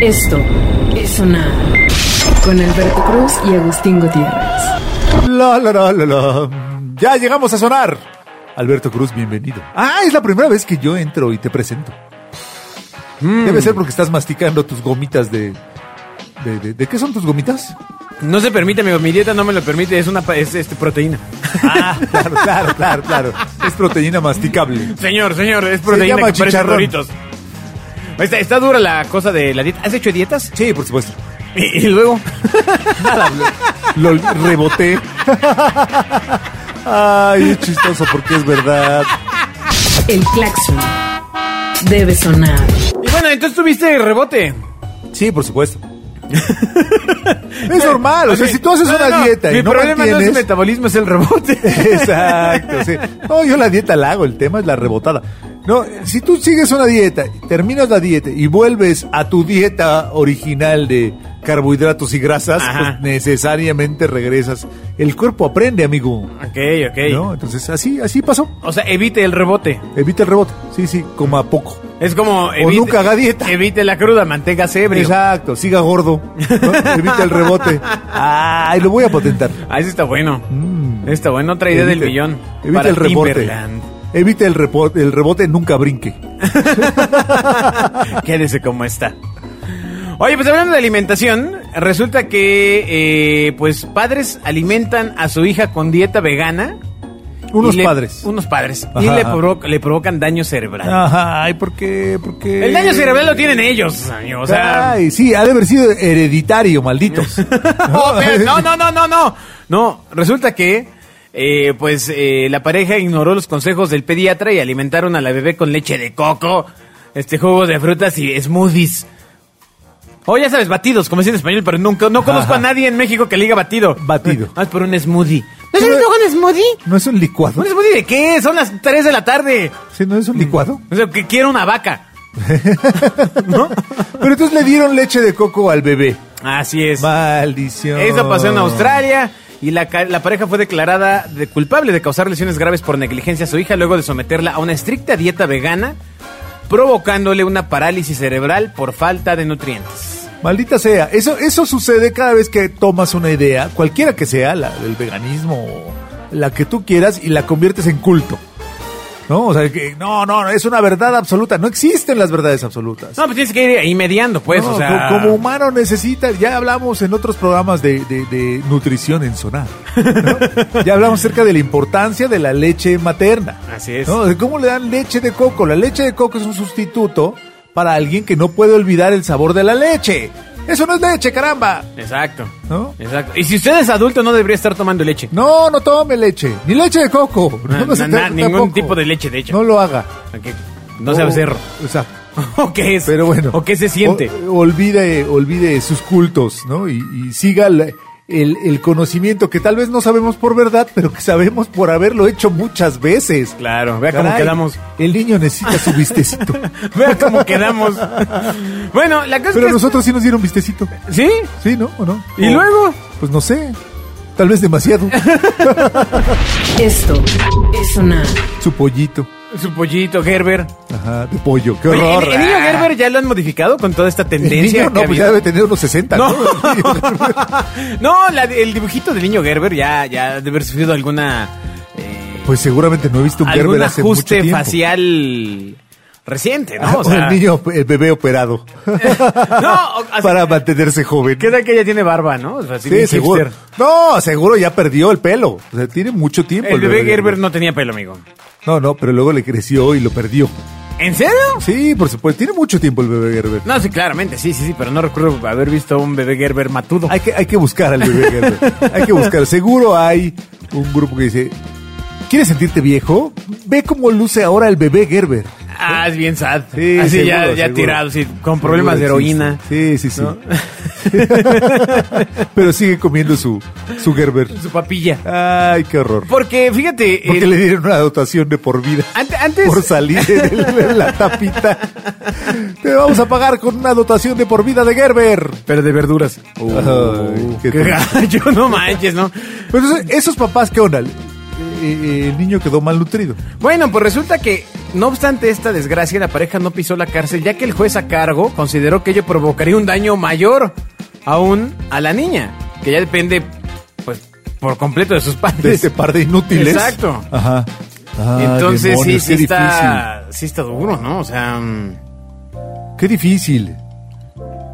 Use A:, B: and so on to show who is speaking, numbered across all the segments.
A: Esto es sonar con Alberto Cruz y Agustín Gutiérrez.
B: La, la, la, la, la. Ya llegamos a sonar. Alberto Cruz, bienvenido. Ah, es la primera vez que yo entro y te presento. Debe ser porque estás masticando tus gomitas de... ¿De, de- de qué son tus gomitas?
C: No se permite, amigo. Mi dieta no me lo permite. Es una pa- es, este, proteína.
B: Ah, claro, claro, claro, claro. Es proteína masticable.
C: Señor, señor, es proteína
B: llama
C: que parece
B: chicharrón.
C: Doritos. Está, está dura la cosa de la dieta. ¿Has hecho dietas?
B: Sí, por supuesto.
C: Y, y luego.
B: Lo reboté. Ay, es chistoso porque es verdad.
A: El claxon debe sonar.
C: Y bueno, entonces tuviste rebote.
B: Sí, por supuesto. es normal, o sea,
C: Ok.
B: si tú haces
C: No, no,
B: una
C: no.
B: dieta
C: Mi
B: y no
C: problema no es el
B: mantienes...
C: metabolismo, es el rebote.
B: Exacto, sí. No, yo la dieta la hago, el tema es la rebotada. No, si tú sigues una dieta, terminas la dieta y vuelves a tu dieta original de carbohidratos y grasas,
C: Ajá.
B: pues necesariamente regresas. El cuerpo aprende, amigo.
C: ok, ok.
B: ¿No? Entonces, así, así pasó.
C: O sea, evite el rebote.
B: Evita el rebote. Sí, sí, coma poco.
C: Es como. Evite,
B: nunca haga dieta.
C: Evite la cruda, manténgase ebrio.
B: Exacto, siga gordo. ¿no? Evita el rebote. Ay, lo voy a patentar.
C: Ah, ese está bueno.
B: Mm.
C: Está bueno. Otra idea del
B: Evite-
C: millón.
B: Evite
C: Para
B: el rebote.
C: Timberland.
B: Evite el, repo- el rebote, nunca brinque.
C: Quédese como está. Oye, pues hablando de alimentación, resulta que eh, pues padres alimentan a su hija con dieta vegana.
B: Unos
C: y le-
B: padres.
C: Unos padres. Y
B: Ajá.
C: le, provo- le provocan daño cerebral.
B: Ajá, ay, ¿por qué? ¿Por qué?
C: El daño cerebral lo tienen ellos, amigo. O sea,
B: Ay, sí, ha de haber sido hereditario, malditos.
C: Oh, pero- no, no, no, no, no. No, resulta que eh, pues eh, la pareja ignoró los consejos del pediatra y alimentaron a la bebé con leche de coco, este jugo de frutas y smoothies. O ya sabes, batidos, como dicen en español, pero nunca, no conozco
B: Ajá.
C: a nadie en México que le diga batido.
B: Batido.
C: Más por un smoothie. ¿No
B: Pero-
C: sabes luego un smoothie?
B: ¿No es un licuado?
C: ¿Un smoothie de qué? Son las 3 de la tarde.
B: ¿Sí, ¿No es
C: Mm.
B: un licuado?
C: O sea, que quiero una vaca.
B: Pero entonces le dieron leche de coco al bebé.
C: Así es.
B: Maldición.
C: Eso pasó en Australia y la, ca- la pareja fue declarada de culpable de causar lesiones graves por negligencia a su hija luego de someterla a una estricta dieta vegana, provocándole una parálisis cerebral por falta de nutrientes.
B: Maldita sea. Eso, eso sucede cada vez que tomas una idea, cualquiera que sea, la del veganismo, o la que tú quieras, y la conviertes en culto. No, o sea, que no, no, es una verdad absoluta. No existen las verdades absolutas.
C: No, pues tienes que ir ahí mediando, pues,
B: No,
C: o sea...
B: co- como humano necesita, ya hablamos en otros programas de, de- de nutrición en sonar. ¿no? ya hablamos acerca de la importancia de la leche materna.
C: Así es.
B: ¿no? De cómo le dan leche de coco. La leche de coco es un sustituto para alguien que no puede olvidar el sabor de la leche. Eso no es leche, caramba.
C: Exacto.
B: ¿No?
C: Exacto. Y si usted es adulto no debería estar tomando leche.
B: No, no tome leche. Ni leche de coco.
C: Na-
B: No se
C: na-
B: trata
C: ningún
B: tampoco.
C: tipo de leche, de hecho.
B: No lo haga.
C: Ok, No sea
B: O-
C: becerro.
B: Exacto.
C: ¿O qué es?
B: Oh. Pero bueno. Oh.
C: ¿O qué se siente?
B: O- eh, olvide, olvide sus cultos, ¿no? Y, y siga la- el, el conocimiento que tal vez no sabemos por verdad, pero que sabemos por haberlo hecho muchas veces.
C: Claro, vea cómo
B: Caray,
C: quedamos.
B: El niño necesita su vistecito.
C: Vea cómo quedamos. bueno, la cosa es
B: Pero
C: que...
B: nosotros sí nos dieron vistecito.
C: ¿Sí?
B: ¿Sí, no? ¿O no?
C: ¿Y
B: O-
C: luego?
B: Pues no sé. Tal vez demasiado.
A: Esto es sonar.
B: su pollito.
C: Su pollito, Gerber.
B: Ajá, de pollo. ¡Qué
C: Oye,
B: horror! Ah,
C: ¿el, el niño Gerber ya lo han modificado con toda esta
B: El
C: tendencia?
B: niño,
C: que ha
B: no, pues ya
C: habido?
B: debe tener unos 60.
C: No,
B: ¿no? El niño Gerber.
C: no la de- el dibujito del niño Gerber ya, ya ha de haber sufrido alguna. eh,
B: Pues seguramente no he visto un
C: algún
B: Gerber hace mucho
C: ajuste
B: tiempo.
C: facial reciente,
B: Ah,
C: ¿no?
B: o
C: O sea,
B: el niño, el bebé operado.
C: No, o- así-
B: para mantenerse joven.
C: ¿Qué tal que ya tiene barba, no? O sea, así
B: Sí,
C: bien
B: seguro.
C: hipster.
B: No, seguro ya perdió el pelo. O sea, tiene mucho tiempo.
C: El bebé Gerber no tenía pelo, amigo.
B: No, no, pero luego le creció y lo perdió.
C: ¿En serio?
B: Sí, por supuesto. Tiene mucho tiempo el bebé Gerber.
C: No, sí, claramente, sí, sí, sí, pero no recuerdo haber visto un bebé Gerber matudo.
B: Hay que, hay que buscar al bebé Gerber. hay que buscar. Seguro hay un grupo que dice, ¿quieres sentirte viejo? Ve cómo luce ahora el bebé Gerber.
C: Ah, es bien sad.
B: Sí,
C: Así ya,
B: seguro,
C: ya
B: seguro.
C: tirado, sí, con problemas de
B: Seguro
C: heroína.
B: existe. Sí, sí, sí. pero sigue comiendo su, su Gerber.
C: Su papilla.
B: Ay, qué horror.
C: Porque, fíjate.
B: Porque
C: eh,
B: le dieron una dotación de por vida.
C: ante- antes.
B: Por salir de la- de la tapita. Te vamos a pagar con una dotación de por vida de Gerber.
C: Pero de verduras.
B: Ay, qué
C: Qué
B: triste.
C: gacho, no manches, ¿no?
B: Pero entonces, esos papás, ¿qué onda? Eh, eh, el niño quedó malnutrido.
C: Bueno, pues resulta que, no obstante esta desgracia, la pareja no pisó la cárcel, ya que el juez a cargo consideró que ello provocaría un daño mayor aún a la niña, que ya depende, pues, por completo de sus padres.
B: De este par de inútiles.
C: Exacto.
B: Ajá. Ah,
C: Entonces
B: demonios,
C: sí, sí
B: qué
C: está, sí está duro, ¿no? O sea, mm,
B: difícil. Qué difícil.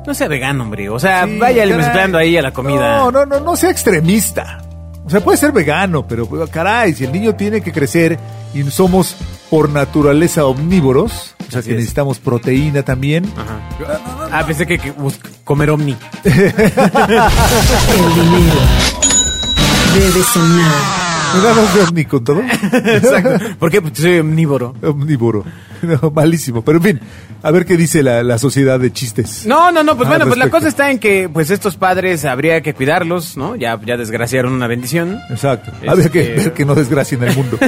C: no sea vegano, hombre. O sea,
B: Sí,
C: Ah, vaya
B: caray.
C: mezclando ahí a la comida.
B: No, no, no, no sea extremista. O sea, puede ser vegano, pero pues, caray, si el niño tiene que crecer y somos por naturaleza omnívoros, o sea,
C: Así
B: que
C: es.
B: necesitamos proteína también.
C: Ajá. Ah, pensé que, que bus- comer omni.
A: El dinero debe sonar.
B: ¿No ganas de omni con todo?
C: Exacto. ¿Por qué? Porque pues, soy omnívoro.
B: Omnívoro. No, malísimo. Pero en fin, a ver qué dice la, la sociedad de chistes.
C: No, no, no, pues
B: Ah,
C: bueno, pues la
B: respecto.
C: cosa está en que pues estos padres habría que cuidarlos, ¿no? Ya, ya desgraciaron una bendición.
B: Exacto. Había que
C: Este-
B: ver que no desgracien el mundo.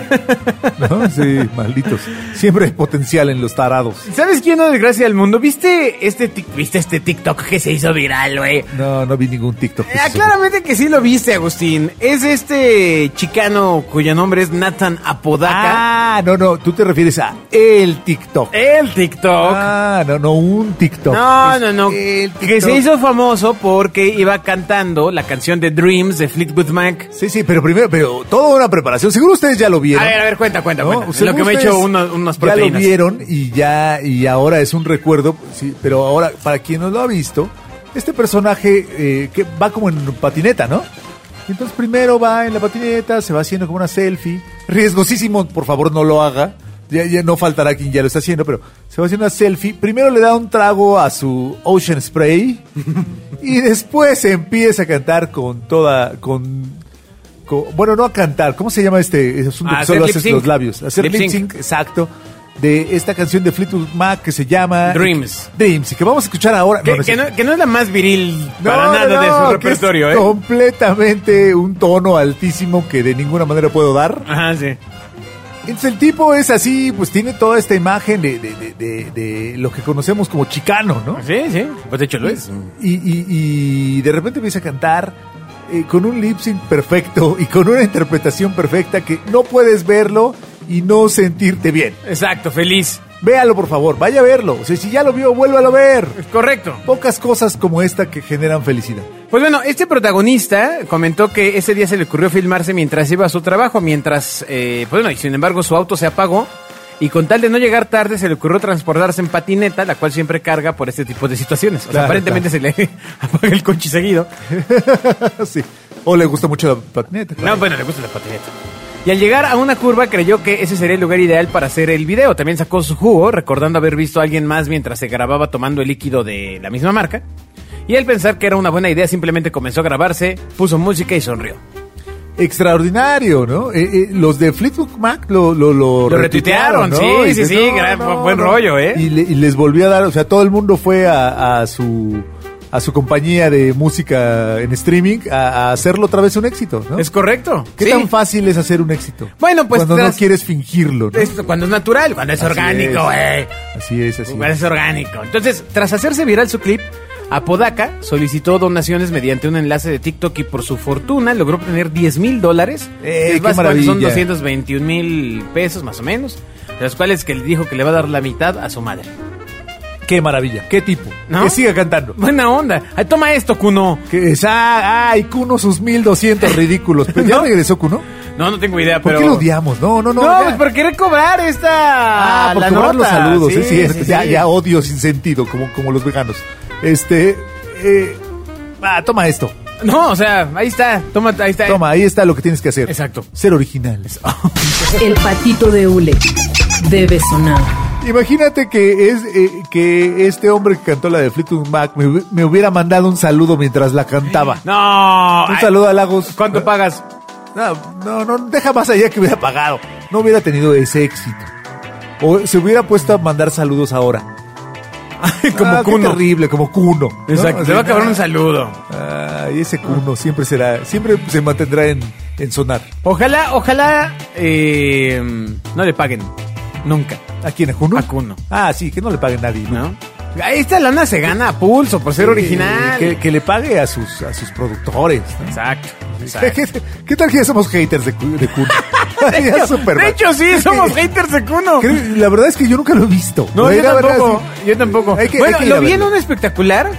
B: ¿No? Sí, malditos. Siempre hay potencial en los tarados.
C: ¿Sabes quién no desgracia al mundo? ¿Viste este, tic- ¿Viste este TikTok que se hizo viral, güey?
B: No, no vi ningún TikTok. que
C: Ah,
B: se
C: claramente que sí lo viste, Agustín. Es este chicano cuyo nombre es Nathan Apodaca.
B: Ah, no, no, tú te refieres a el TikTok.
C: El TikTok.
B: Ah, no, no, un TikTok.
C: No,
B: Es
C: no, no.
B: el
C: Que se
B: TikTok.
C: hizo famoso porque iba cantando la canción de Dreams de Fleetwood Mac.
B: Sí, sí, pero primero, pero toda una preparación. Seguro ustedes ya lo vieron.
C: A ver, a ver, cuenta, cuenta,
B: ¿no?
C: cuenta. En
B: Seguro
C: Lo que me he
B: ustedes
C: hecho uno- unas
B: Ya lo
C: proteínas.
B: vieron y ya, y ahora es un recuerdo. sí, pero ahora, para quien no lo ha visto, este personaje eh, que va como en patineta, ¿no? Entonces primero va en la patineta, se va haciendo como una selfie. Riesgosísimo, por favor no lo haga. Ya, ya no faltará quien ya lo está haciendo, pero se va haciendo una selfie. Primero le da un trago a su Ocean Spray y después empieza a cantar con toda, con, co- bueno, no a cantar, ¿cómo se llama este asunto
C: Ah,
B: que
C: hacer
B: solo
C: lip
B: haces
C: sync.
B: los labios? Hacer
C: Lip
B: lip sync,
C: sync.
B: exacto, de esta canción de Fleetwood Mac que se llama
C: Dreams.
B: Dreams, y que vamos a escuchar ahora.
C: Que,
B: No, no es
C: que
B: cierto.
C: no, que no es la más viril para
B: No,
C: nada
B: no,
C: de
B: no,
C: su
B: que
C: repertorio,
B: es
C: ¿eh?
B: Completamente un tono altísimo que de ninguna manera puedo dar.
C: Ajá, sí.
B: Entonces el tipo es así, pues tiene toda esta imagen de, de- de- de- de lo que conocemos como chicano, ¿no?
C: Sí, sí. Pues de hecho lo es.
B: Y, y- y de repente empieza a cantar eh, con un lip sync perfecto y con una interpretación perfecta que no puedes verlo y no sentirte bien.
C: Exacto, feliz.
B: Véalo, por favor, vaya a verlo. O sea, si ya lo vio, vuélvalo a ver.
C: Correcto.
B: Pocas cosas como esta que generan felicidad.
C: Pues bueno, este protagonista comentó que ese día se le ocurrió filmarse mientras iba a su trabajo, mientras, eh, pues bueno, y sin embargo su auto se apagó y con tal de no llegar tarde se le ocurrió transportarse en patineta, la cual siempre carga por este tipo de situaciones. O sea,
B: Claro,
C: aparentemente se le apaga el coche seguido.
B: sí. O le gusta mucho la patineta. claro.
C: No, bueno, le gusta la patineta. Y al llegar a una curva creyó que ese sería el lugar ideal para hacer el video. También sacó su jugo, recordando haber visto a alguien más mientras se grababa tomando el líquido de la misma marca. Y al pensar que era una buena idea, simplemente comenzó a grabarse, puso música y sonrió.
B: Extraordinario, ¿no? Eh, eh, los de Fleetwood Mac lo, lo,
C: Lo
B: lo,
C: retuitearon, sí,
B: Y
C: sí,
B: dices,
C: sí, gran- buen rollo, ¿eh?
B: Y, le- y les volvió a dar, o sea, todo el mundo fue a, a su a su compañía de música en streaming a, a hacerlo otra vez un éxito, ¿no?
C: ¿Es correcto?
B: ¿Qué
C: Sí.
B: tan fácil es hacer un éxito?
C: Bueno, pues,
B: Cuando
C: tras-
B: no quieres fingirlo, ¿no?
C: Es cuando es natural, cuando es
B: Así
C: orgánico, eh.
B: es.
C: güey.
B: Así es, así
C: Cuando
B: es.
C: es orgánico. Entonces, tras hacerse viral su clip, Apodaca solicitó donaciones mediante un enlace de TikTok y por su fortuna logró obtener 10 mil dólares.
B: Eh,
C: que
B: qué
C: básicamente Son
B: maravilla.
C: 221 mil pesos más o menos. De los cuales que le dijo que le va a dar la mitad a su madre.
B: Qué maravilla, qué tipo.
C: ¿No?
B: Que siga cantando.
C: Buena onda. Ay, toma esto, Kuno.
B: Que esa, ay, Cuno sus 1200 ridículos. Pero ya
C: ¿No?
B: regresó Cuno.
C: No, no tengo idea,
B: ¿Por
C: pero.
B: qué lo odiamos? No, no, no.
C: No,
B: ya.
C: pues por querer cobrar esta.
B: Ah, por
C: la
B: cobrar los
C: nota.
B: saludos, sí, sí,
C: sí,
B: ya,
C: sí.
B: ya oh. odio sin sentido, como, como los veganos. Este, eh, ah, toma esto,
C: No, o sea, ahí está. Toma, ahí está.
B: toma, ahí está lo que tienes que hacer.
C: Eh. Exacto.
B: Ser originales.
A: El patito de hule debe sonar.
B: Imagínate que es eh, que este hombre que cantó la de Fleetwood Mac me, hu- me hubiera mandado un saludo mientras la cantaba.
C: No.
B: Un
C: ay,
B: saludo a Lagos.
C: ¿Cuánto pagas?
B: No, no, no, deja más allá que hubiera pagado. No hubiera tenido ese éxito. O se hubiera puesto a mandar saludos ahora.
C: Como
B: Ah, qué
C: Kuno.
B: terrible, como cuno.
C: Exacto. Le va a acabar un saludo.
B: Ay, Ah, ese cuno siempre será, siempre se mantendrá en, en sonar.
C: Ojalá, ojalá eh, no le paguen. Nunca.
B: ¿A quién? ¿A Cuno?
C: A Kuno.
B: Ah, sí, que no le pague nadie.
C: ¿No? Esta lana se gana a pulso por ser
B: Eh,
C: original.
B: Que, que le pague a sus, a sus productores. ¿no?
C: Exacto.
B: ¿Qué,
C: exacto.
B: qué, qué tal que ya somos haters de, Cu- de Kuno?
C: De
B: Ya
C: hecho,
B: Superman.
C: de hecho, sí, somos haters de Kuno.
B: Creo- La verdad es que yo nunca lo he visto.
C: No,
B: Voy a
C: yo
B: ir a verla
C: tampoco.
B: así.
C: Yo tampoco.
B: Hay que-
C: bueno,
B: hay que ir
C: lo
B: a
C: vi en
B: verla.
C: un espectacular.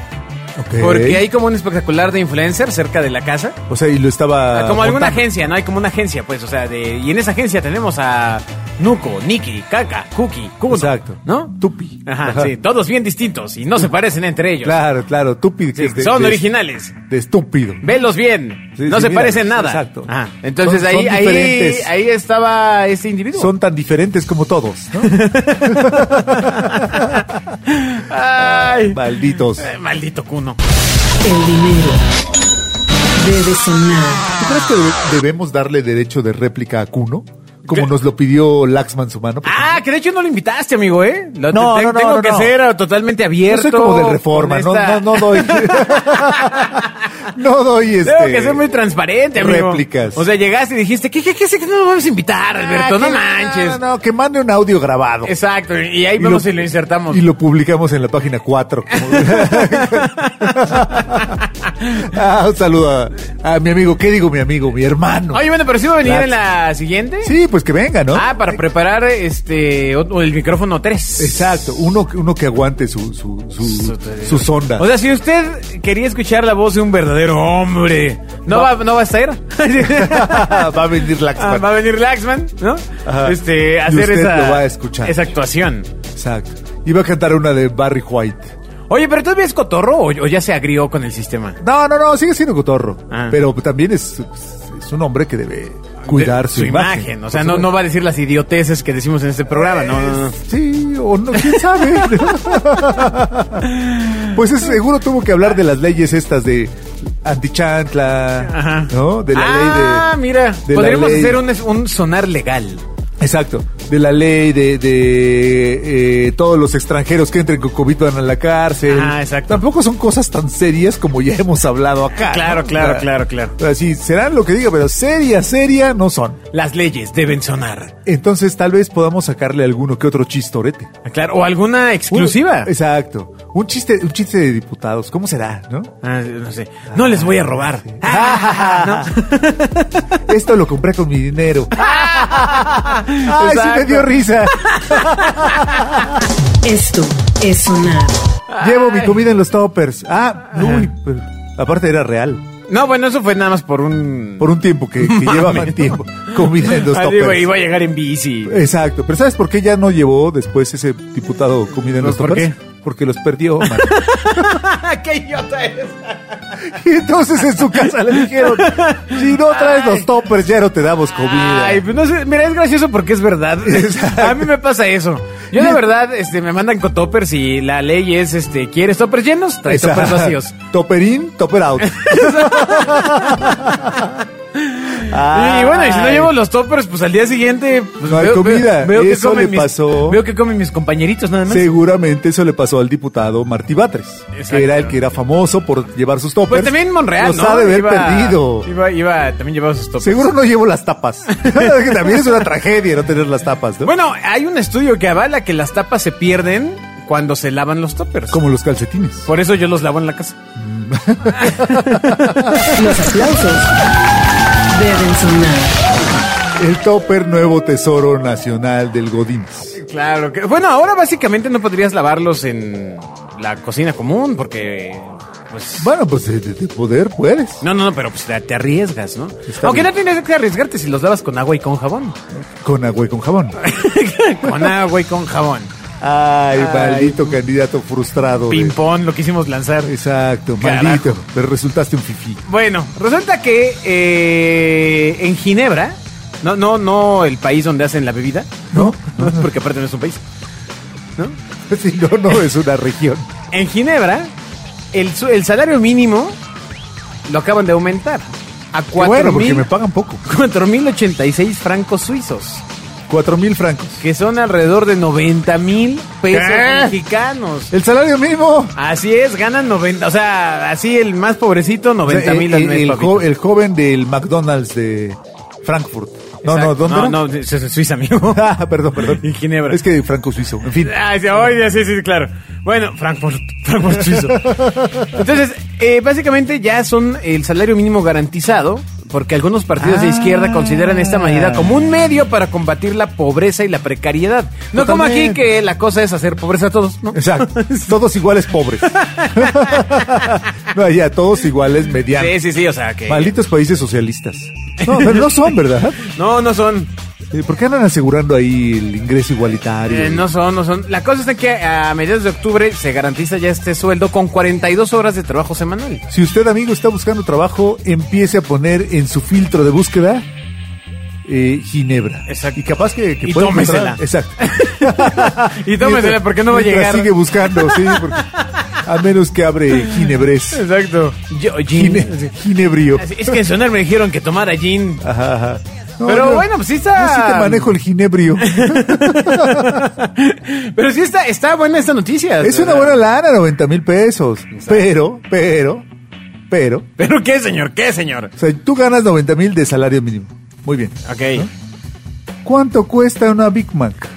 B: Ok.
C: Porque hay como un espectacular de influencer cerca de la casa.
B: O sea, y lo estaba.
C: como alguna
B: montando.
C: agencia, ¿no? Hay como una agencia, pues, o sea, de, y en esa agencia tenemos a Nuco, Nikki, Kaka, Cookie, Kuno.
B: Exacto.
C: ¿No?
B: Tupi.
C: Ajá,
B: Ajá.
C: sí, todos bien distintos y no se parecen entre ellos.
B: Claro, claro, túpido.
C: Sí, son originales.
B: De estúpido.
C: Velos bien,
B: Sí,
C: no
B: sí,
C: se
B: mira,
C: parecen nada.
B: exacto.
C: Ajá. Entonces
B: Son-
C: ahí,
B: son
C: ahí,
B: diferentes.
C: ahí estaba ese individuo.
B: Son tan diferentes como todos, ¿no?
C: Ay,
B: Malditos.
C: eh, maldito Kuno.
A: El dinero debe sonar.
B: ¿Tú crees que deb- debemos darle derecho de réplica a Cuno? Como
C: ¿Qué?
B: nos lo pidió Laxman su mano.
C: Ah, que de hecho no lo invitaste, amigo, ¿eh? Lo-
B: No,
C: te-
B: no, no,
C: Tengo
B: no,
C: que
B: no.
C: ser totalmente
B: Yo
C: abierto.
B: soy como de reforma,
C: con
B: no,
C: esta-
B: no, no doy. no doy este.
C: Tengo que ser muy transparente, amigo.
B: réplicas.
C: O sea, llegaste y dijiste, ¿qué, qué, qué? sé que no nos vamos a invitar, Alberto?
B: Ah,
C: no
B: que-
C: manches.
B: No, no, que mande un audio grabado.
C: Exacto, y ahí
B: Y
C: vemos si lo insertamos.
B: Y lo publicamos en la página 4. ah, un saludo a, a mi amigo. ¿Qué digo mi amigo? Mi hermano.
C: Oye, bueno, pero sí va a venir en la siguiente.
B: Sí, pues que venga, ¿no?
C: Ah, para preparar este o- el micrófono 3.
B: Exacto, uno, que- uno que aguante su, su, su, su sonda.
C: O sea, si usted quería escuchar la voz de un verdadero hombre, no, va, no va a estar.
B: va a venir la
C: Ah, va a venir Laxman, ¿no?
B: Ajá.
C: Este,
B: Y
C: a hacer
B: usted
C: esa,
B: lo va a escuchar.
C: esa actuación.
B: Exacto. Iba a cantar una de Barry White.
C: Oye, pero todavía es cotorro o, o ya se agrió con el sistema.
B: No, no, no, sigue siendo cotorro.
C: Ah.
B: Pero también es, es un hombre que debe cuidar
C: De-
B: su, imagen.
C: O sea, no, no va a decir las idioteces que decimos en este programa, no, no, no.
B: Sí, o no, quién sabe. pues es, seguro tuvo que hablar de las leyes estas de antichancla,
C: Ajá.
B: ¿no? De la
C: ah,
B: ley de.
C: mira,
B: de la
C: podríamos
B: ley-
C: hacer un, un sonar legal.
B: Exacto, de la ley de, de eh, todos los extranjeros que entren con COVID van a la cárcel.
C: Ah, exacto.
B: Tampoco son cosas tan serias como ya hemos hablado acá.
C: Claro,
B: ¿no?
C: claro,
B: O sea,
C: claro, claro.
B: o sea, sí, serán lo que diga, pero seria, seria no son.
C: Las leyes deben sonar.
B: Entonces tal vez podamos sacarle alguno que otro chistorete.
C: Ah, Claro, o alguna exclusiva.
B: Un- exacto. Un chiste, un chiste de diputados, ¿cómo será, no?
C: Ah, no sé. No les voy a robar. Ah,
B: Esto lo compré con mi dinero.
C: ¿no?
B: Ay, Ah, sí me
C: Ah, Exacto.
B: dio risa.
A: Esto es sonar.
B: Llevo mi comida en los toppers. Ah, uy, pero- aparte era real.
C: No, bueno, eso fue nada más por un.
B: por un tiempo que, que llevaban tiempo comida en los
C: Ah,
B: toppers.
C: digo, iba a llegar en bici.
B: Exacto, pero ¿sabes por qué ya no llevó después ese diputado comida en
C: No,
B: los
C: Pues, ¿por
B: toppers? Porque los perdió. man.
C: ¡Qué idiota eres!
B: y entonces en su casa le dijeron, si no traes los toppers ya no te damos comida.
C: Ay, pues no sé, mira, es gracioso porque es verdad.
B: Exacto.
C: A mí me pasa eso. Yo la verdad, este, me mandan con toppers y la ley es, este, ¿quieres toppers llenos? Trae
B: Exacto.
C: toppers vacíos.
B: Topper in, topper out.
C: Y bueno, y si no
B: Ay.
C: llevo los toppers, pues al día siguiente... pues,
B: No hay comida. Eso
C: comen
B: le
C: mis-
B: pasó.
C: Veo que comen mis compañeritos nada más.
B: Seguramente eso le pasó al diputado Martí Batres,
C: Exacto.
B: que era el que era famoso por llevar sus toppers.
C: Pues también Monreal,
B: Los
C: ¿no?
B: ha de haber
C: Iba-
B: perdido.
C: Iba, iba, también llevaba sus toppers.
B: Seguro no llevo las tapas. Que También es una tragedia no tener las tapas, ¿no?
C: Bueno, hay un estudio que avala que las tapas se pierden cuando se lavan los toppers.
B: Como los calcetines.
C: Por eso yo los lavo en la casa.
A: Los aplausos deben sonar.
B: El topper nuevo tesoro nacional del Godínez.
C: Claro que. Bueno, ahora básicamente no podrías lavarlos en la cocina común porque. Pues.
B: Bueno, pues de, de- de poder puedes.
C: No, no, no, pero pues te, te arriesgas, ¿no?
B: Está
C: Aunque
B: bien.
C: no tienes que arriesgarte si los lavas con agua y con jabón.
B: Con agua y con jabón.
C: con agua y con jabón.
B: Ay, maldito candidato frustrado. de-
C: Ping-pong, lo quisimos lanzar.
B: Exacto,
C: Carajo.
B: maldito. Pero resultaste un fifí.
C: Bueno, resulta que eh, en Ginebra, no, no, no el país donde hacen la bebida,
B: ¿No?
C: ¿no? porque aparte no es un país.
B: Si no, no es una región.
C: En Ginebra, el, su- el salario mínimo lo acaban de aumentar a
B: Qué bueno,
C: cuatro
B: porque
C: mil-
B: me pagan poco.
C: 4.086 francos suizos,
B: Cuatro mil francos.
C: que son alrededor de 90.000 pesos
B: ¿Qué?
C: mexicanos.
B: El salario mínimo.
C: Así es, ganan 90, o sea, así el más pobrecito,
B: O sea,
C: 90 mil al
B: Eh, el,
C: mes.
B: el
C: papito.
B: jo- el joven del McDonald's de Frankfurt. No, no,
C: Exacto.
B: ¿dónde
C: No,
B: era?
C: no, es- es Suiza, amigo.
B: Ah, perdón, perdón.
C: En Ginebra.
B: Es que franco suizo. En fin.
C: Ah, sí, oye, sí, sí, claro. Bueno, Frankfurt, Frankfurt suizo. Entonces, eh, básicamente ya son el salario mínimo garantizado porque algunos partidos de
B: Ah.
C: izquierda consideran esta medida como un medio para combatir la pobreza y la precariedad. No como aquí
B: Totalmente.
C: que la cosa es hacer pobreza a todos, ¿no?
B: Exacto. Todos iguales pobres. no, ya, todos iguales medianos.
C: Sí, sí, sí, o sea que...
B: Malditos países socialistas. No, pero no son, ¿verdad?
C: No, no son.
B: Eh, ¿Por qué andan asegurando ahí el ingreso igualitario?
C: Eh, no son, no son. La cosa es de que a mediados de octubre se garantiza ya este sueldo con 42 horas de trabajo semanal.
B: Si usted, amigo, está buscando trabajo, empiece a poner en su filtro de búsqueda eh, Ginebra.
C: Exacto.
B: Y capaz que, que
C: Y
B: pueda
C: tómesela.
B: encontrar- Exacto.
C: Y tómesela
B: Mientras-
C: porque no va a
B: mientras
C: llegar.
B: sigue buscando, sí, porque a menos que abre Ginebres.
C: Exacto. Yo, gin.
B: Gine- ginebrio.
C: Así- Es que en sonar me dijeron que tomara gin.
B: Ajá, ajá. No,
C: Pero
B: yo-
C: bueno, pues sí está-
B: Yo sí te manejo el ginebrio.
C: Pero sí está, está buena esta noticia.
B: es
C: o
B: una
C: sea.
B: buena lana, 90 mil pesos. Pero, pero, pero.
C: ¿Pero qué, señor? ¿Qué, señor?
B: O sea, tú ganas 90 mil de salario mínimo. Muy bien.
C: Ok.
B: ¿Cuánto cuesta una Big Mac?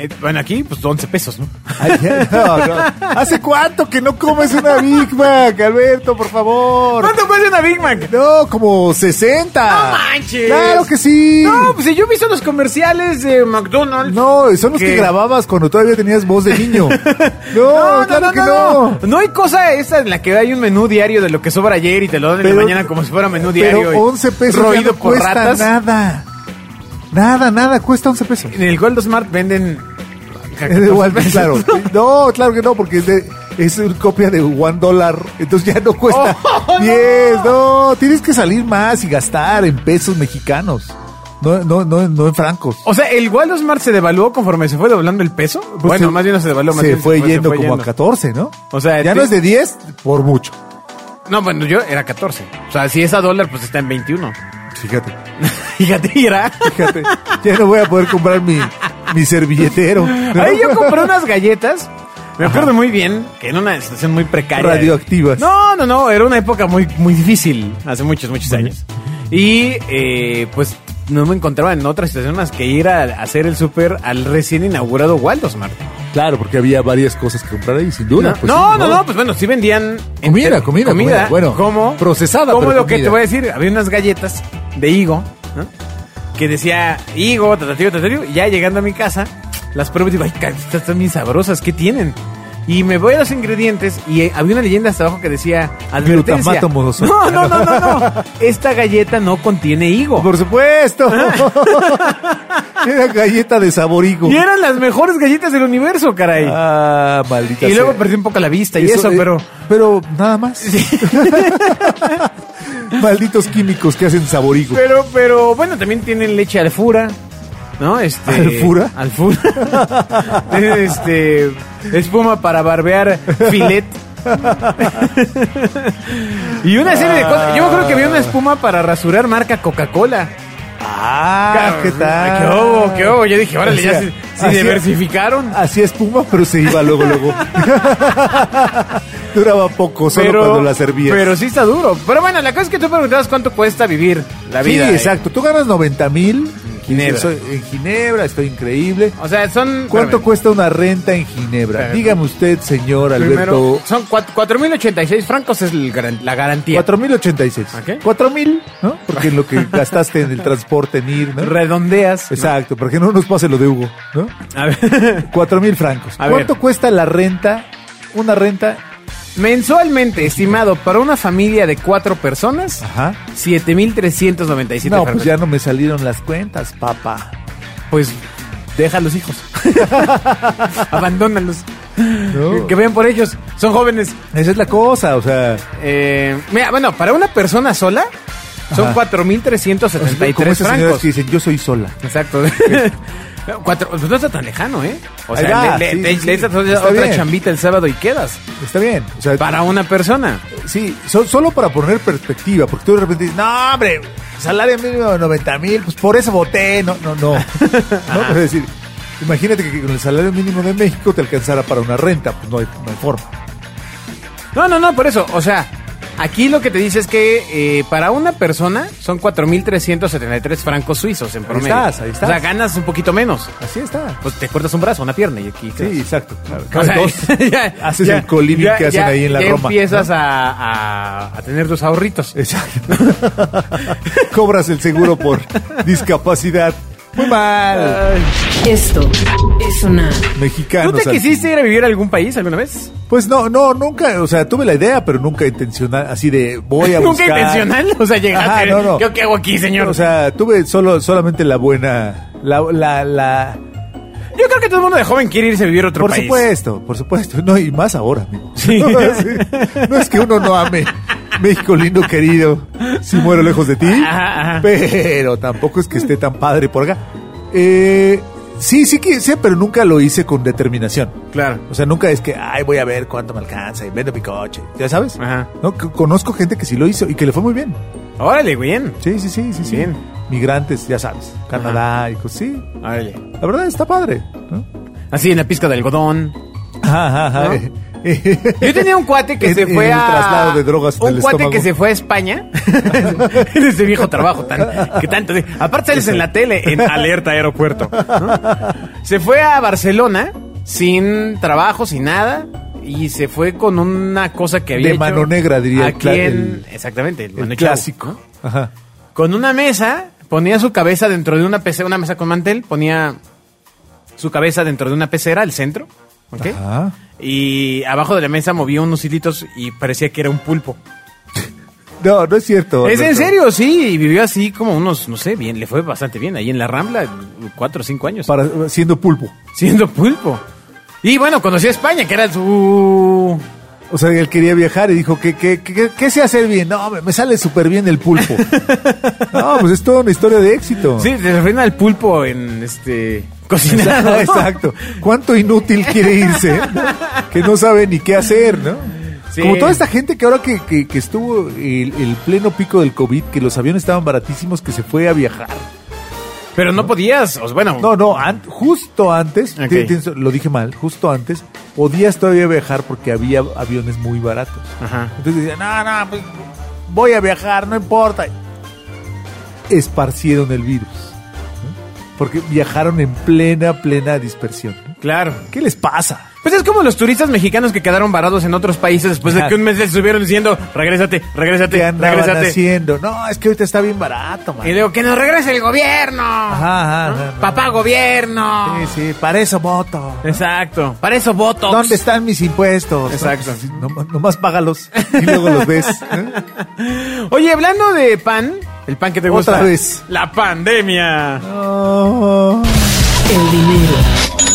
C: Eh, bueno, aquí, pues 11 pesos, ¿no?
B: Ay, ya, no, no. ¿Hace cuánto que no comes una Big Mac, Alberto, por favor?
C: ¿Cuánto cuesta una Big Mac?
B: No, como 60.
C: ¡No manches!
B: Claro que sí.
C: No, pues si yo he visto los comerciales de McDonald's.
B: No, son los
C: ¿Qué?
B: que grababas cuando todavía tenías voz de niño. No, claro que no.
C: no. No hay cosa esta en la que hay un menú diario de lo que sobra ayer y te lo dan en la
B: Pero-
C: mañana como si fuera menú diario.
B: Pero
C: y
B: 11 pesos ya
C: roído
B: no
C: por
B: cuesta
C: ratas.
B: nada. Nada, nada, cuesta 11 pesos.
C: En el Gold Smart venden.
B: Es de Walmart, claro. No, claro que no, porque es, de- es una copia de one dólar. Entonces ya no cuesta
C: ¡Oh, no!
B: 10. No. tienes que salir más y gastar en pesos mexicanos. No, no, no, no en francos.
C: O sea, ¿el Waldo Smart se devaluó conforme se fue doblando el peso? bueno,
B: Pues se-
C: más bien no se devaluó. más
B: Se
C: bien
B: fue
C: se
B: yendo
C: fue
B: como a 14, ¿no?
C: O sea,
B: ya
C: ti-
B: no es de 10 por mucho.
C: No, bueno, yo era 14. O sea, si es a dólar, pues está en 21.
B: Fíjate,
C: Fíjate, era.
B: fíjate. ya no voy a poder comprar mi, mi servilletero.
C: Ahí yo compré unas galletas. Me acuerdo muy bien que en una situación muy precaria.
B: Radioactivas.
C: No, no, no. Era una época muy, muy difícil. Hace muchos, muchos años. Y eh, pues no me encontraba en otra situación más que ir a hacer el súper al recién inaugurado Waldo Smart.
B: Claro, porque había varias cosas que comprar ahí, sin duda.
C: no,
B: pues,
C: no,
B: sin
C: no,
B: duda.
C: no, pues bueno, sí vendían
B: Comida,
C: enter-
B: comida, comida, bueno,
C: ¿Cómo?
B: procesada,
C: Como
B: pero
C: lo que
B: comida.
C: te voy a decir, había unas galletas de higo, ¿no? que decía higo, tatatío, tatatío, y ya llegando a mi casa, las pruebo y digo, ay, ca- estas están bien sabrosas, ¿qué tienen? Y me voy a los ingredientes y eh, había una leyenda hasta abajo que decía advertencia.
B: Glutamato modoso.
C: No, no, no, no, no. Esta galleta no contiene higo.
B: Por supuesto. Era galleta de saborigo.
C: Y eran las mejores galletas del universo, caray.
B: Ah, maldita
C: y luego
B: sea.
C: perdí un poco la vista y eso,
B: eh,
C: pero
B: Pero nada más. Malditos químicos que hacen saborigo.
C: Pero, pero, bueno, también tienen leche alfura, ¿no? Este,
B: ¿Alfura?
C: Alfura. Tienen, este, espuma para barbear filet. y una serie de cosas. Yo creo que había una espuma para rasurar marca Coca-Cola.
B: Ah, ¿qué tal?
C: ¿Qué hubo? ¿Qué hubo? Yo dije, órale, ya se,
B: Hacía-
C: se
B: hacía-
C: diversificaron.
B: Hacía espuma, pero se iba luego, luego. Duraba poco, solo cuando la servías.
C: pero sí está duro. Pero bueno, la cosa es que tú preguntabas cuánto cuesta vivir la vida.
B: sí,
C: eh.
B: exacto. Tú ganas 90 mil.
C: Ginebra.
B: En Ginebra, estoy increíble.
C: O sea, son...
B: ¿Cuánto
C: espérame.
B: cuesta una renta en Ginebra?
C: Espérame.
B: Dígame usted, señor
C: Primero,
B: Alberto.
C: son cuat- 4.086 francos es el garan- la garantía.
B: 4.086.
C: Ok.
B: 4.000, ¿no? Porque es lo que gastaste en el transporte en ir, ¿no?
C: Redondeas.
B: Exacto, para que no nos pase lo de Hugo, ¿no?
C: A ver.
B: 4.000 francos.
C: A
B: ¿Cuánto
C: ver.
B: cuesta la renta? Una renta.
C: Mensualmente, estimado, para una familia de cuatro personas,
B: Ajá.
C: 7.397
B: No,
C: francos.
B: pues ya no me salieron las cuentas, papá.
C: Pues, deja a los hijos. Abandónalos.
B: No.
C: Que vean por ellos. Son jóvenes.
B: Esa es la cosa, o sea.
C: Eh, mira, bueno, para una persona sola, son
B: Ajá. Pues, como
C: 4.373
B: esas señoras
C: francos.
B: que dicen, yo soy sola.
C: Exacto. Cuatro, pues no está tan lejano, ¿eh? O
B: Ahí
C: sea,
B: va,
C: le,
B: sí,
C: le-
B: sí,
C: le echas
B: sí.
C: otra,
B: Está
C: otra
B: bien.
C: chambita el sábado y quedas.
B: Está bien. O sea,
C: Para una persona.
B: Sí, so- solo para poner perspectiva, porque tú de repente dices, no, hombre, salario mínimo de 90 mil, pues por eso voté. No, no, no. no es decir, imagínate que con el salario mínimo de México te alcanzara para una renta, pues no hay, no hay forma.
C: No, no, no, por eso. O sea, Aquí lo que te dice es que eh, para una persona son 4.373 francos suizos en promedio.
B: estás, ahí estás.
C: O sea, ganas un poquito menos.
B: Así está.
C: Pues te cortas un brazo, una pierna y aquí.
B: Sí, exacto.
C: O sea,
B: Dos,
C: ya-
B: haces
C: ya-
B: el coliving
C: ya-
B: que hacen
C: ya-
B: ahí en la
C: ya
B: Roma.
C: empiezas
B: ¿no? Eh,
C: a, a- a tener tus ahorritos.
B: Exacto. Cobras el seguro por discapacidad. Muy mal.
A: Esto es sonar.
B: Mexicanos.
C: ¿Tú te
B: al
C: quisiste ir a vivir a algún país alguna vez?
B: Pues no, no, nunca, o sea, tuve la idea, pero nunca intencional, así de voy a
C: ¿Nunca
B: buscar.
C: intencional? O sea, llegaste.
B: Ajá, no, no.
C: ¿Yo qué hago aquí, señor?
B: O sea, tuve solo, solamente la buena, la, la, la.
C: Yo creo que todo el mundo de joven quiere irse a vivir a otro
B: Por
C: país.
B: supuesto, por supuesto, no y más ahora, amigo.
C: Sí.
B: Sí. No es que uno no ame México lindo querido, si muero lejos de ti,
C: Ajá, ajá.
B: pero tampoco es que esté tan padre por acá. Eh, sí, sí quise, pero nunca lo hice con determinación.
C: Claro.
B: O sea, nunca es que, ay, voy a ver cuánto me alcanza y vendo mi coche. Ya sabes.
C: Ajá.
B: No, C- conozco gente que sí lo hizo y que le fue muy bien.
C: Órale, bien.
B: Sí, sí, sí, sí. sí.
C: Bien.
B: Migrantes, ya sabes. Canadá y cosas. Sí,
C: Órale.
B: la verdad está padre. ¿no?
C: Así en la pizca de algodón.
B: Ajá,
C: ¿No?
B: ajá. eh, eh.
C: Yo tenía un cuate que
B: En-
C: se
B: en
C: fue
B: el
C: a.
B: traslado de drogas
C: Un
B: del
C: cuate
B: estómago.
C: que se fue a España. en ese viejo trabajo tan. Que tanto. Aparte sales en la tele en Alerta Aeropuerto. ¿no? Se fue a Barcelona sin trabajo, sin nada. Y se fue con una cosa que había.
B: De
C: hecho
B: mano negra, diría el
C: Aquí
B: cla-
C: en- exactamente, el,
B: El
C: Manu Chao,
B: clásico.
C: ¿no?
B: Ajá.
C: Con una mesa, ponía su cabeza dentro de una pecera, una mesa con mantel, ponía su cabeza dentro de una pecera al centro. ¿ok?
B: Ajá.
C: Y abajo de la mesa movía unos hilitos y parecía que era un pulpo.
B: No, no es cierto.
C: es en
B: Alberto.
C: serio, sí. Y vivió así como unos, no sé, bien, le fue bastante bien. Ahí en la Rambla, cuatro o cinco años.
B: Para, siendo pulpo.
C: Siendo pulpo. Y bueno, conocí a España, que era su...
B: O sea, él quería viajar y dijo, ¿qué, qué, qué, qué- qué sé hacer bien? No, me, me sale súper bien el pulpo. no, pues es toda una historia de éxito.
C: Sí, se refieren al pulpo en este... Cocinado.
B: Exacto, exacto. ¿Cuánto inútil quiere irse? no? Que no sabe ni qué hacer, ¿no?
C: Sí.
B: Como toda esta gente que ahora que, que- que estuvo el, el pleno pico del COVID, que los aviones estaban baratísimos, que se fue a viajar.
C: Pero no podías, o sea, bueno...
B: No, no, an- justo antes,
C: Ok.
B: ti- tienes- lo dije mal, justo antes, podías todavía viajar porque había aviones muy baratos.
C: Ajá.
B: Entonces decían, no, no, pues voy a viajar, no importa. Esparcieron el virus. ¿no? Porque viajaron en plena, plena dispersión. ¿no?
C: Claro.
B: ¿Qué les pasa?
C: Pues es como los turistas mexicanos que quedaron varados en otros países después de que un mes les estuvieron diciendo, regrésate, regrésate,
B: ¿Qué andaban
C: regrésate.
B: haciendo? No, es que ahorita está bien barato, man.
C: Y luego, que nos regrese el gobierno.
B: Ajá, ajá,
C: ¿No?
B: ajá.
C: Papá gobierno.
B: Sí, sí, para eso voto.
C: Exacto. Para eso voto.
B: ¿Dónde están mis impuestos?
C: Exacto.
B: No, pues, nom- nomás págalos y luego los ves. ¿eh?
C: Oye, hablando de pan, el pan que te gusta.
B: Otra vez.
C: La pandemia.
B: No.
C: Ah.
A: El dinero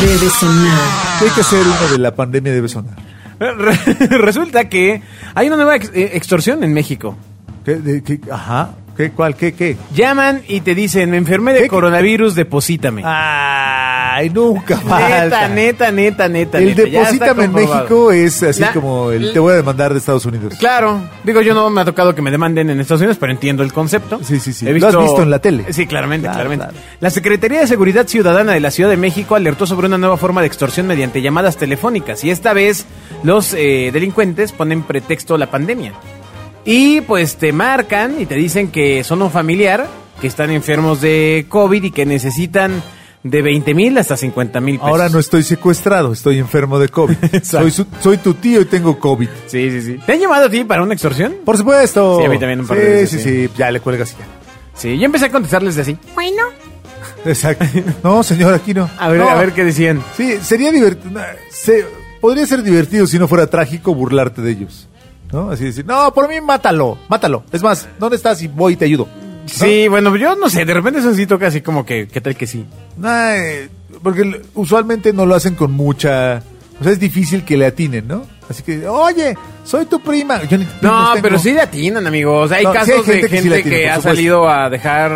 A: debe sonar.
B: ¿Qué hay que hacer uno de la pandemia debe sonar?
C: Re- Resulta que hay una nueva ex- eh, extorsión en México.
B: ¿Qué, de- qué- ajá. ¿Qué, cuál, qué, qué?
C: Llaman y te dicen, me enfermé de
B: ¿Qué?
C: coronavirus, deposítame.
B: Ay, nunca
C: neta,
B: falta.
C: neta, neta, neta.
B: El
C: neta, ya está
B: deposítame en
C: comprobado.
B: México es así
C: La-
B: como el
C: la-
B: te voy a demandar de Estados Unidos.
C: Claro, digo yo no me ha tocado que me demanden en Estados Unidos, pero entiendo el concepto.
B: Sí, sí, sí. Lo has visto en la tele.
C: Sí, claramente,
B: Claro,
C: claramente.
B: claro.
C: La Secretaría de Seguridad Ciudadana de la Ciudad de México alertó sobre una nueva forma de extorsión mediante llamadas telefónicas y esta vez los eh, delincuentes ponen pretexto la pandemia. Y pues te marcan y te dicen que son un familiar, que están enfermos de COVID y que necesitan de 20 mil hasta 50 mil pesos.
B: Ahora no estoy secuestrado, estoy enfermo de COVID. soy, su- soy tu tío y tengo COVID.
C: Sí, sí, sí. ¿Te han llamado a ti para una extorsión?
B: Por supuesto.
C: Sí, a mí también un par de
B: Sí,
C: veces,
B: sí,
C: sí.
B: sí, Ya le cuelgas y ya.
C: Sí, yo empecé a contestarles de así.
B: Exacto. No, señor, aquí no.
C: A ver,
B: No.
C: a ver qué decían.
B: Sí, sería divertido. podría ser divertido si no fuera trágico burlarte de ellos. ¿No? Así decir, no, por mí mátalo, mátalo. Es más, ¿dónde estás? Y voy y te ayudo. ¿No?
C: Sí, bueno, yo no sé, de repente eso sí toca así como que, ¿qué tal que sí?
B: No, eh, porque l- usualmente no lo hacen con mucha. O sea, es difícil que le atinen, ¿no? Así que, oye, soy tu prima. Yo ni
C: No,
B: primos tengo.
C: pero sí le atinan, amigos. hay
B: No, sí hay
C: casos de
B: gente
C: gente
B: que sí
C: que,
B: le atinan, por
C: ha
B: supuesto.
C: salido a dejar...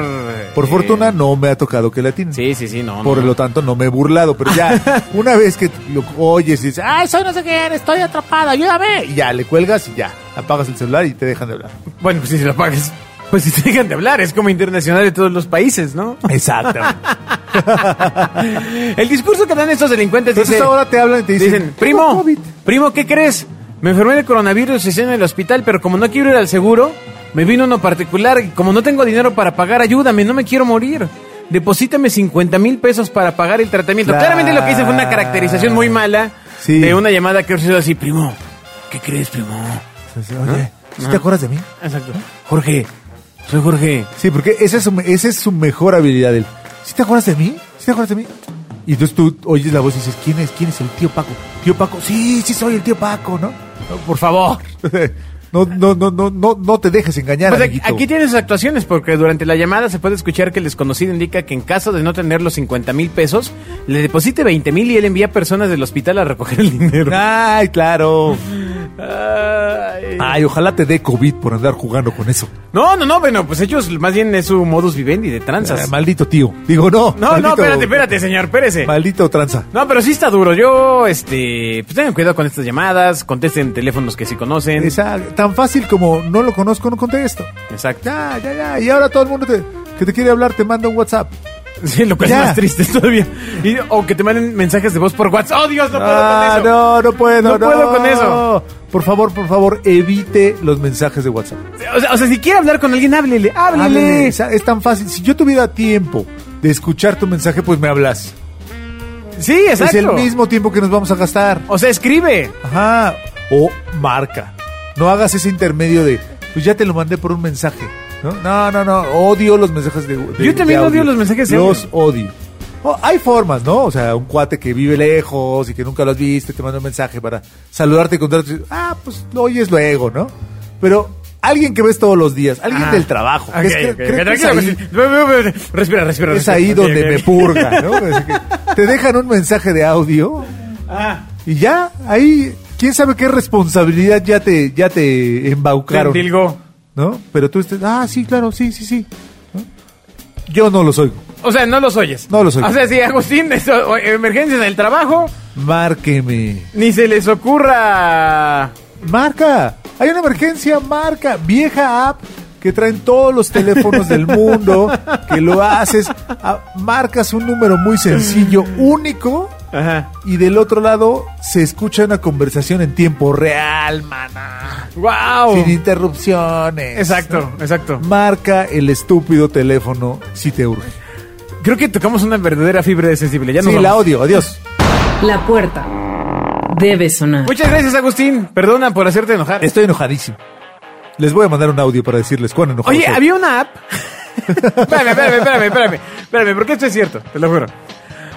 B: Por
C: eh,
B: fortuna no me ha tocado que le atinen.
C: Sí, sí, sí, no.
B: Por
C: no.
B: lo tanto, no me he burlado, pero ya, una vez que lo oyes y dices, ¡ay, soy no sé quién, estoy atrapado, ayúdame! Y ya, le cuelgas y ya, apagas el celular y te dejan de hablar.
C: Bueno, pues si se lo pagas, pues si te dejan de hablar, es como internacional de todos los países, ¿no?
B: Exacto.
C: El discurso que dan estos delincuentes
B: Entonces
C: dice...
B: ahora te hablan y te dicen,
C: Dicen, primo,
B: "Tengo COVID".
C: primo, ¿qué crees? Me enfermé de coronavirus y estoy en el hospital, pero como no quiero ir al seguro, me vino uno particular y como no tengo dinero para pagar, ayúdame, no me quiero morir. Deposítame 50 mil pesos para pagar el tratamiento.
B: Claro.
C: Claramente lo que hice fue una caracterización muy mala
B: Sí.
C: de una llamada que ha sido así, primo. ¿Qué crees, primo?
B: Oye, ¿sí ¿te acuerdas de mí?
C: Exacto. Jorge, soy Jorge.
B: Sí, porque esa es su, esa es su mejor habilidad. El, ¿Sí te acuerdas de mí? ¿Sí te acuerdas de mí? Y entonces tú oyes la voz y dices, ¿quién es? ¿Quién es el tío Paco? ¿Tío Paco? Sí, sí soy el tío Paco, ¿no?
C: Por favor.
B: No, no, no, no, no, no te dejes engañar,
C: Pues aquí,
B: amiguito.
C: aquí tienes sus actuaciones, porque durante la llamada se puede escuchar que el desconocido indica que en caso de no tener los 50 mil pesos, le deposite 20 mil y él envía personas del hospital a recoger el dinero.
B: Ay, claro. Ah.
C: Ay.
B: Ay, ojalá te dé COVID por andar jugando con eso.
C: No, no, no, bueno, pues ellos más bien es su modus vivendi de
B: Ah,
C: tranzas.
B: maldito tío. Digo, no.
C: no, no,
B: maldito-
C: espérate, espérate, señor, espérese.
B: Maldito tranza.
C: No, pero sí está duro. Yo, este, pues tengan cuidado con estas llamadas, contesten teléfonos que sí conocen.
B: Esa, tan fácil como no lo conozco, no contesto.
C: Exacto.
B: Ya, ya, ya. Y ahora todo el mundo te- que te quiere hablar te manda un WhatsApp.
C: Sí, lo que
B: Ya.
C: es más triste todavía. Y- o que te manden mensajes de voz por WhatsApp. ¡Oh, Dios, no puedo
B: Ah,
C: con eso!
B: No, no puedo.
C: No puedo con eso.
B: Por favor, por favor, evite los mensajes de WhatsApp.
C: O sea, o sea, si quiere hablar con alguien, háblele, háblele.
B: Háblele. O sea, Es tan fácil. Si yo tuviera tiempo de escuchar tu mensaje, pues me hablas.
C: Sí, exacto.
B: Es el mismo tiempo que nos vamos a gastar.
C: O sea, escribe.
B: Ajá. O marca. No hagas ese intermedio de, pues ya te lo mandé por un mensaje. No, no, no. no. Odio los mensajes de, de-
C: Yo también
B: de
C: odio
B: audio.
C: los mensajes de
B: Los
C: audio.
B: odio. Oh, hay formas, ¿no? O sea, un cuate que vive lejos y que nunca lo has visto, te manda un mensaje para saludarte y contarte. Ah, pues lo oyes luego, ¿no? Pero alguien que ves todos los días, alguien
C: Ah.
B: del trabajo.
C: Ok,
B: Es que-
C: ok,
B: creo
C: ok,
B: que es
C: tranquilo,
B: ahí-
C: pues, sí. Respira, respira.
B: es
C: respira.
B: ahí
C: Ok,
B: donde
C: ok,
B: me
C: ok.
B: purga, ¿no? Es que te dejan un mensaje de audio
C: Ah,
B: y ya, ahí, quién sabe qué responsabilidad ya te, ya te embaucaron,
C: dilgo.
B: ¿no? Pero tú estás, ah, sí, claro, sí, sí, sí. ¿no? Yo no los oigo.
C: O sea, no los oyes.
B: No los oyes.
C: O sea, si Agustín, es- o- o- emergencias del trabajo,
B: Márqueme.
C: ni se les ocurra.
B: Marca. Hay una emergencia, marca. Vieja app que traen todos los teléfonos del mundo, que lo haces. Ah, Marcas un número muy sencillo, único.
C: Ajá.
B: Y del otro lado se escucha una conversación en tiempo real, mana.
C: ¡Wow!
B: Sin interrupciones.
C: Oh. Exacto, exacto.
B: Marca el estúpido teléfono si te urge.
C: Creo que tocamos una verdadera fibra de sensible. Ya
B: Sí,
C: nos
B: la
C: vamos.
B: odio, adiós.
A: La puerta debe sonar.
C: Muchas gracias, Agustín. Perdona por hacerte enojar.
B: Estoy enojadísimo. Les voy a mandar un audio para decirles cuán enojado
C: Oye,
B: soy.
C: había una app. espérame, espérame, espérame, espérame, espérame, porque esto es cierto, te lo juro.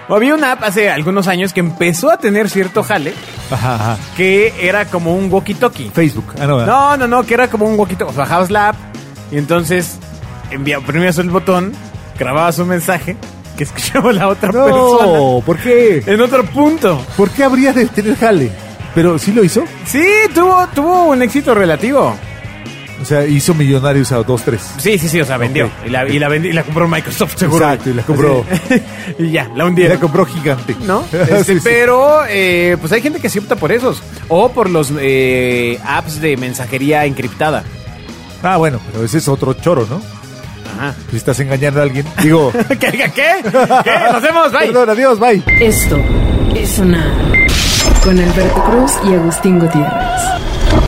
C: Había una app hace algunos años que empezó a tener cierto jale
B: Ajá, ajá.
C: que era como un walkie-talkie.
B: Facebook. Ah, no, ¿verdad?
C: No, no, no, que era como un walkie-talkie. O sea, Bajabas la app y entonces envía, oprimías el botón, grababas un mensaje que escuchaba la otra persona
B: no ¿por qué?
C: en otro punto.
B: ¿Por qué habría de tener jale? Pero sí lo hizo.
C: Sí, tuvo, tuvo un éxito relativo.
B: O sea, hizo millonarios a dos, tres.
C: Sí, sí, sí, o sea, vendió.
B: Ok.
C: Y, la, y, la vendi- y la compró Microsoft, seguro.
B: Exacto, y la compró.
C: Así. y ya, la
B: Y
C: hundieron.
B: la compró gigante.
C: ¿no?
B: Sí,
C: Este,
B: sí.
C: Pero, eh, pues hay gente que sí opta por esos. O por los eh, apps de mensajería encriptada.
B: Ah, bueno, pero ese es otro choro, ¿no?
C: Ajá.
B: Si estás engañando a alguien, digo...
C: ¿Qué? ¿Qué? ¿Qué? Nos vemos, bye.
B: Perdón, adiós, bye.
A: Esto es sonar. Con Alberto Cruz y Agustín Gutiérrez.